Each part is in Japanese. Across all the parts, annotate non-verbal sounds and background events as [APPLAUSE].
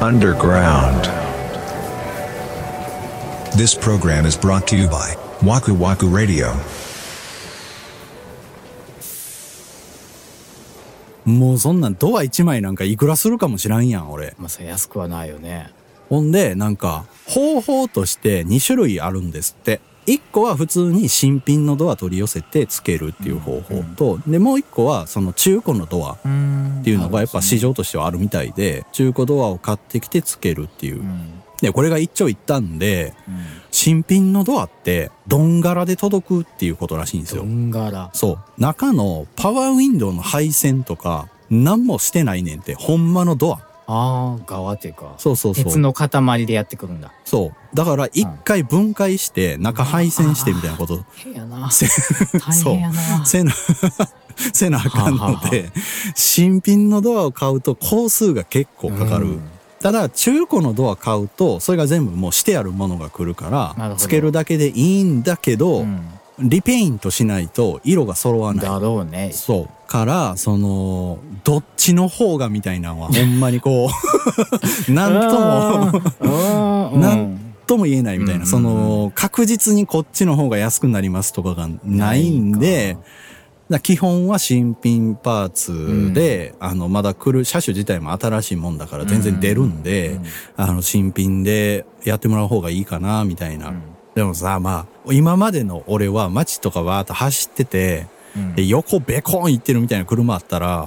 underground. This program is brought to you by Waku Waku Radio. もうそんなんドア1枚なんかいくらするかもしらんやん、俺。まあ、さ安くはないよね。ほんで、なんか、方法として2種類あるんですって。1個は普通に新品のドア取り寄せてつけるっていう方法と、で、もう1個はその中古のドアうんっていうのがやっぱ市場としてはあるみたいで、中古ドアを買ってきてつけるっていうう。ん。で、これが一長一短で、うん。新品のドアって、どん柄で届くっていうことらしいんですどよ。んがら。そう。中のパワーウィンドウの配線とか、何もしてないねんって、ほんまのドア。ああ、側っていうか。そうそうそ鉄う。の塊でやってくるんだ。そう。だから、一回分解して、中配線してみたいなこと、変やな。せ、大変やな。せな、 [LAUGHS] せなあかんはあはのあはで、新品のドアを買うと、工数が結構かかうるん。ただ、中古のドア買うと、それが全部もうしてあるものが来るなかるら、ほどつけるだけでいいんだけど、うん。リペイントしないと色が揃わない。だろうね。そう。から、その、どっちの方がみたいなのは、ほんまに [LAUGHS] こう、なんとも、も。うん。なんとも言えないみたいな、うんその、確実にこっちの方が安くなりますとかがないんで、だから基本は新品パーツで、あの、まだ来る、車種自体も新しいもんだから全然出るんで、あの、新品でやってもらう方がいいかな、みたいな。うんでもさ、まあ、今までの俺は街とかわーっと走ってて、うんで横ベコン行ってるみたいな車あっ [LAUGHS] たら、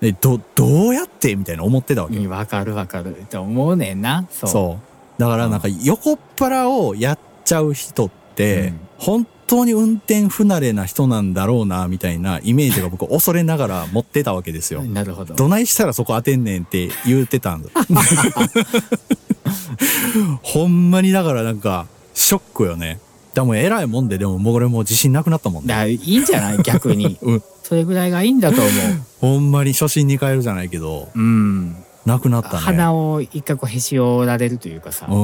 でど、どうやってみたいな思ってたわけう。ん。わかるわかる。って思うねんな。そう。そう。だからなんか横っ腹をやっちゃう人って、うん本当に運転不慣れな人なんだろうな、みたいなイメージが僕恐れながら持ってたわけですよ。なるほど。どないしたらそこ当てんねんって言うてた [LAUGHS] んだ。ほんまにだからなんか、ショックよね。でもう偉いもんで、でももう俺もう自信なくなったもんね。。だいいんじゃない逆に [LAUGHS] うんそれぐらいがいいんだ [LAUGHS] と思ほんまに初心に変えるじゃないけど、う。うん。なくなったね。鼻を一回こうへし折られるというかさ。うん。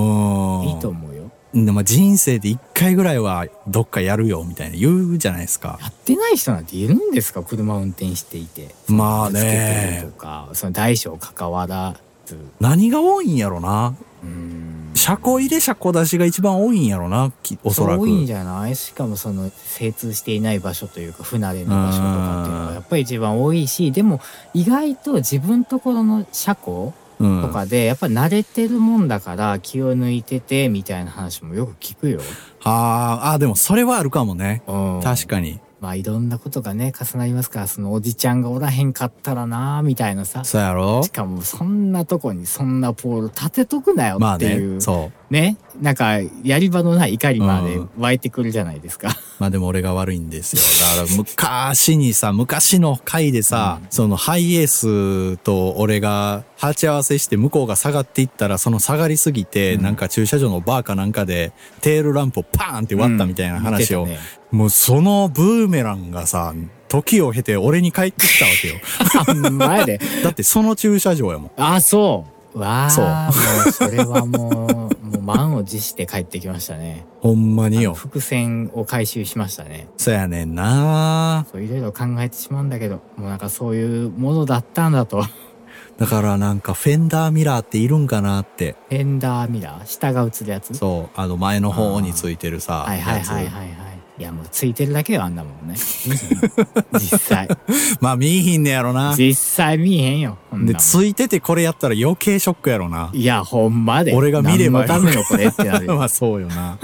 いいと思うよ。でも人生で一回ぐらいはどっかやるよみたいな言うじゃないですか。やってない人なんているんですか車運転していて。まあぶつけてねると。か、その大小関わらず。何が多いんやろな。うん。車庫入れ車庫出しが一番多いんやろな。きおそらく。多いんじゃないしかもその精通していない場所というか不慣れな場所とかっていうのがやっぱり一番多いしでも意外と自分ところの車庫うんとかでやっぱ慣れてるもんだから気を抜いててみたいな話もよく聞くよ。あーあー、でもそれはあるかもね。確かかに。まあいろんなことがね重なりますからそのおじちゃんがおらへんかったらなみたいなさそうやろしかもそんなとこにそんなポール立てとくなよまあっていう、ね。そう。ねなんかやり場のない怒りまでうん湧いてくるじゃないですか。まあでも俺が悪いんですよ。だから昔にさ、昔の回でさ、そのハイエースと俺が鉢合わせして向こうが下がっていったら、その下がりすぎて、うんなんか駐車場のバーかなんかでテールランプをパーンって割ったみたいな話を、言ってもうそのブーメランがさ、時を経て俺に帰ってきたわ [LAUGHS] たけよ。ね前でだってその駐車場やもん。あそうわあもうそれはもうもう満を持して帰ってきましたねほんまによ。伏線を回収しましたねそやねんなそういろいろ考えてしまうんだけどもうなんかそういうものだったんだと [LAUGHS] だからなんかフェンダーミラーっているんかなって。フェンダーミラー下が映るやつそう、あの前の方についてるさ、はいはいはいはいはいいやもうついてるだけよあんなもんね実際まあ見いひんねやろな。実際見えへんよこんなもんで、ついててこれやったら余計ショックやろな。いやほんまで俺が見れば何のためのこれってなるよまあそうよな。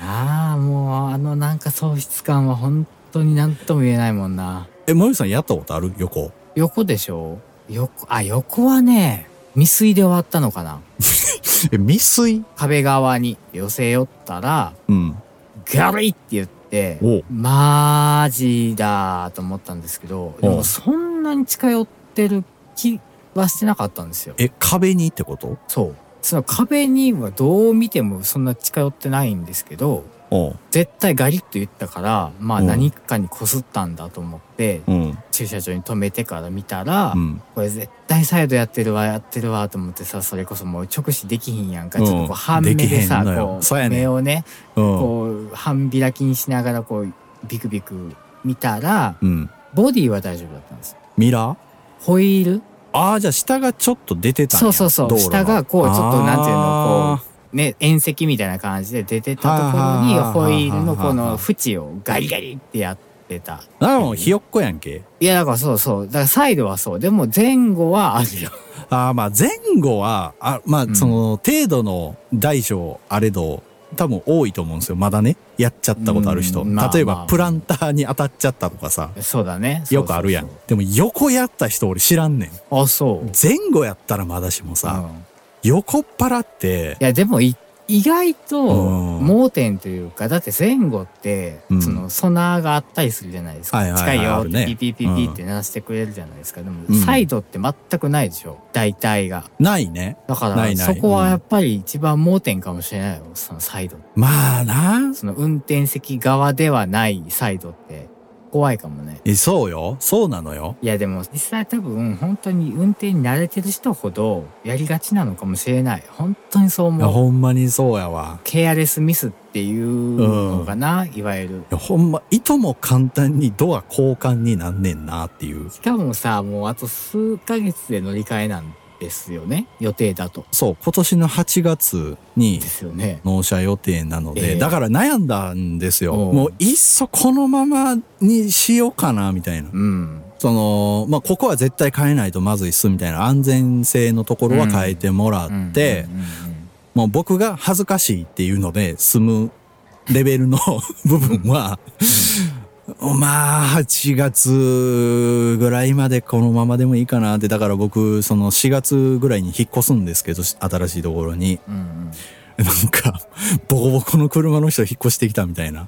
ああもうあのなんか喪失感は本当に何とも言えないもんなえ、もゆさんやったことある横。横でしょ横あ横はね未遂で終わったのかなえ、未遂壁側に寄せ寄ったらうん。ガリって言っておマジだと思ったんですけどでおもうそんなに近寄ってる気はしてなかったんですよえ、壁にってことそうその壁にはどう見てもそんな近寄ってないんですけどおう絶対ガリッと言ったからまあうん何かにこすったんだと思ってうん。駐車場に止めてから見たら、うん。これ絶対サイドやってるわやってるわと思ってさそれこそもう直視できひんやんか、うんちょっとこう半目でさできへんのよこそうやうねん目をねうん。こう半開きにしながらこうビクビク見たらうん。ボディは大丈夫だったんですよミラーホイールああ、じゃあ下がちょっと出てたんやそうそうそう道路の下がこうちょっとなんていうのあこうね縁石みたいな感じで出てたところにはいはいはいはホいイールのこの縁をガリガリってやってたーなあもうひよっこやんけ。いやだからそうそうだからサイドはそうでも前後はあるよ [LAUGHS] ああ、まあ前後は、あまうんあその程度の大小あれど、多分多いと思うんですよ。まだね。やっちゃったことある人。うんまあ例えまあばプランターに当たっちゃったとかさ。そうだねよくあるやん。でも横やった人俺知らんねん。あそう前後やったらまだしもさ、うん横っ腹ってい、やでもい意外とうん盲点というかだって前後ってうんそのソナーがあったりするじゃないですか、はいはいはい近いよあるねピピピピピって鳴らしてくれるじゃないですかでもうんサイドって全くないでしょ大体がないね。だかならいなそいこはやっぱり一番盲点かもしれないよそのサイドまあな。その運転席側ではないサイドって怖いかもねえそうよ。そうなのよ。いやでも実際多分本当に運転に慣れてる人ほどやりがちなのかもしれない本当にそういや、思うほんまにそうやわ。ケアレスミスっていうのかな、いわゆる。いや、ほんま、いとも簡単にドア交換になんねんなっていう。しかもさ、もうあと数ヶ月で乗り換えなんですよね。予定だと。そう、今年の8月にですよね。納車予定なので、ええだから悩んだんですよ。おうもういっそこのままにしようかな、みたいな。うん。その、まあ、ここは絶対変えないとまずいっす、みたいな安全性のところは変えてもらって、うんうんうんうんもう僕が恥ずかしいっていうので済むレベルの [LAUGHS] 部分は、まあ、8月ぐらいまでこのままでもいいかなって、だから僕、その4月ぐらいに引っ越すんですけど、新しいところに。うんうんなんか、ボコボコの車の人引っ越してきたみた [LAUGHS] いな。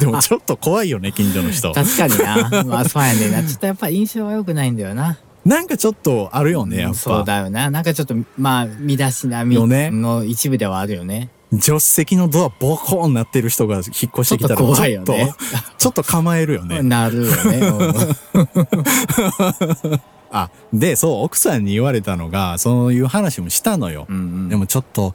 でもちょっと怖いよね、近所の人。確かに [LAUGHS] な。まあそうやねんな。ちょっとやっぱ印象は良くないんだよな。なんかちょっとあるよね、やっうんそうぱ。だよな。なんかちょっと、まあ、身だしなみよねの一部ではあるよね。助手席のドアボコーンなってる人が引っ越しちょてっきたとら、怖いよちょっねと。ちょっと構えるよね。なるよ [LAUGHS] ね。あ、で、そう、奥さんに言われたのが、そういう話もしたのよ。うんうんでもちょっと、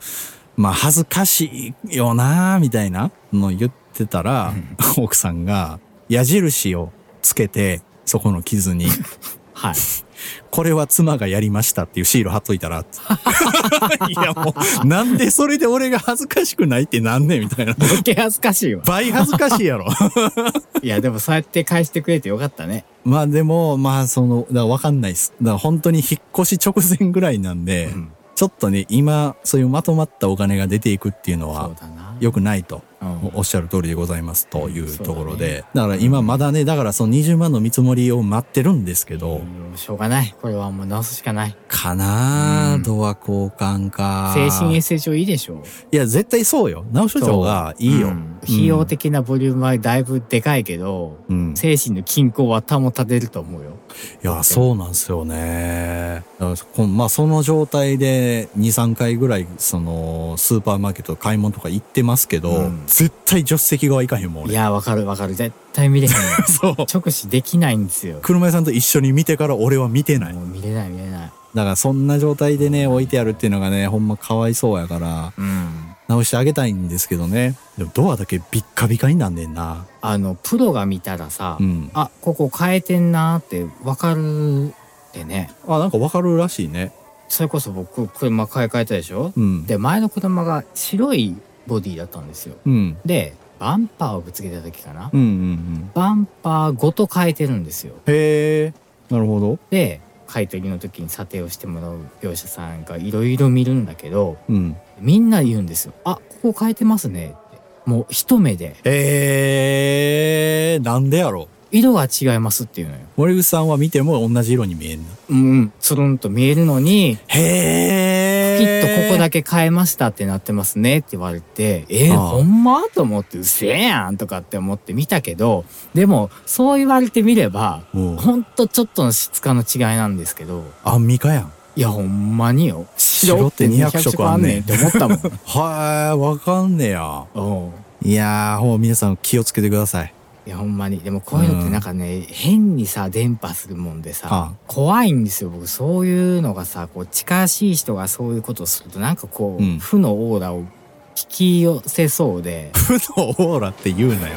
まあ恥ずかしいよなみたいなの言ってたら、奥さんが矢印をつけて、そこの傷に、はい。これは妻がやりましたっていうシール貼っとい [LAUGHS] たら、 [LAUGHS] いやもう、なんでそれで俺が恥ずかしくないってなんねんみたいな。余計恥ずかしいわ。倍恥ずかしいやろ。いや、でもそうやって返してくれてよかったね。まあでも、まあその、だからわかんないです。だから本当に引っ越し直前ぐらいなんで、んちょっとね、今、そういうまとまったお金が出ていくっていうのそうは、だな。良くないと。うんおっしゃる通りでございますというところで。だからね今まだね、だからその20万の見積もりを待ってるんですけど、うんしょうがない。これはもう直すしかない。かなうんぁ、ドア交換か。精神衛生上いいでしょう。いや、絶対そうよ。直しといた方がいいよ。ううんん費用的なボリュームはだいぶでかいけど、うん。精神の均衡は保たれると思うよ。いや、そうなんですよね。だからこまあ、その状態で2、3回ぐらい、その、スーパーマーケット買い物とか行ってますけど、うん絶対助手席側行かへんもん、い俺。や、わかるわかる。絶対見れへん。 [LAUGHS] そう。直視できないんですよ。車屋さんと一緒に見てから俺は見てない。もう見れない見れない。だからそんな状態でね、置いてあるっていうのがね、ほんまかわいそうやから、うん。直してあげたいんですけどね。でもドアだけビッカビカになんねんな。あの、プロが見たらさ、うん。あ、ここ変えてんなーってわかるってね。あ、なんかわかるらしいね。それこそ僕、車買い替えたでしょうん。で、前の車が白いボディだったんですよ。うん。で、バンパーをぶつけた時かな。うんうんうん。バンパーごと変えてるんですよ。へえ。なるほど。で買い取りの時に査定をしてもらう業者さんがいろいろ見るんだけどうん。みんな言うんですよ「あここ変えてますね」ってもう一目でえー、なんでやろ「色が違います」っていうのよ。森口さんは見ても同じ色に見えんな。うん、つるんと見えるのに、へきえ。っとここだけ変えましたってなってますねって言われて、えー、ああほんまと思って、うせえやんとかって思って見たけど、でも、そう言われてみれば、うんほんとちょっとの質感の違いなんですけど、アンミカやん。いや、ほんまによ。白って200色あんねんって思ったもん。はい、わかんねえや。 [LAUGHS] うんいやー、ほう皆さん気をつけてください。 [LAUGHS] いやほんまにでもこういうのってなんかね、変にさ伝播するもんでさ、あ怖いんですよ僕そういうのがさこう近しい人がそういうことをするとなんかこう、うん負のオーラを引き寄せそうで負のオーラって言うなよ。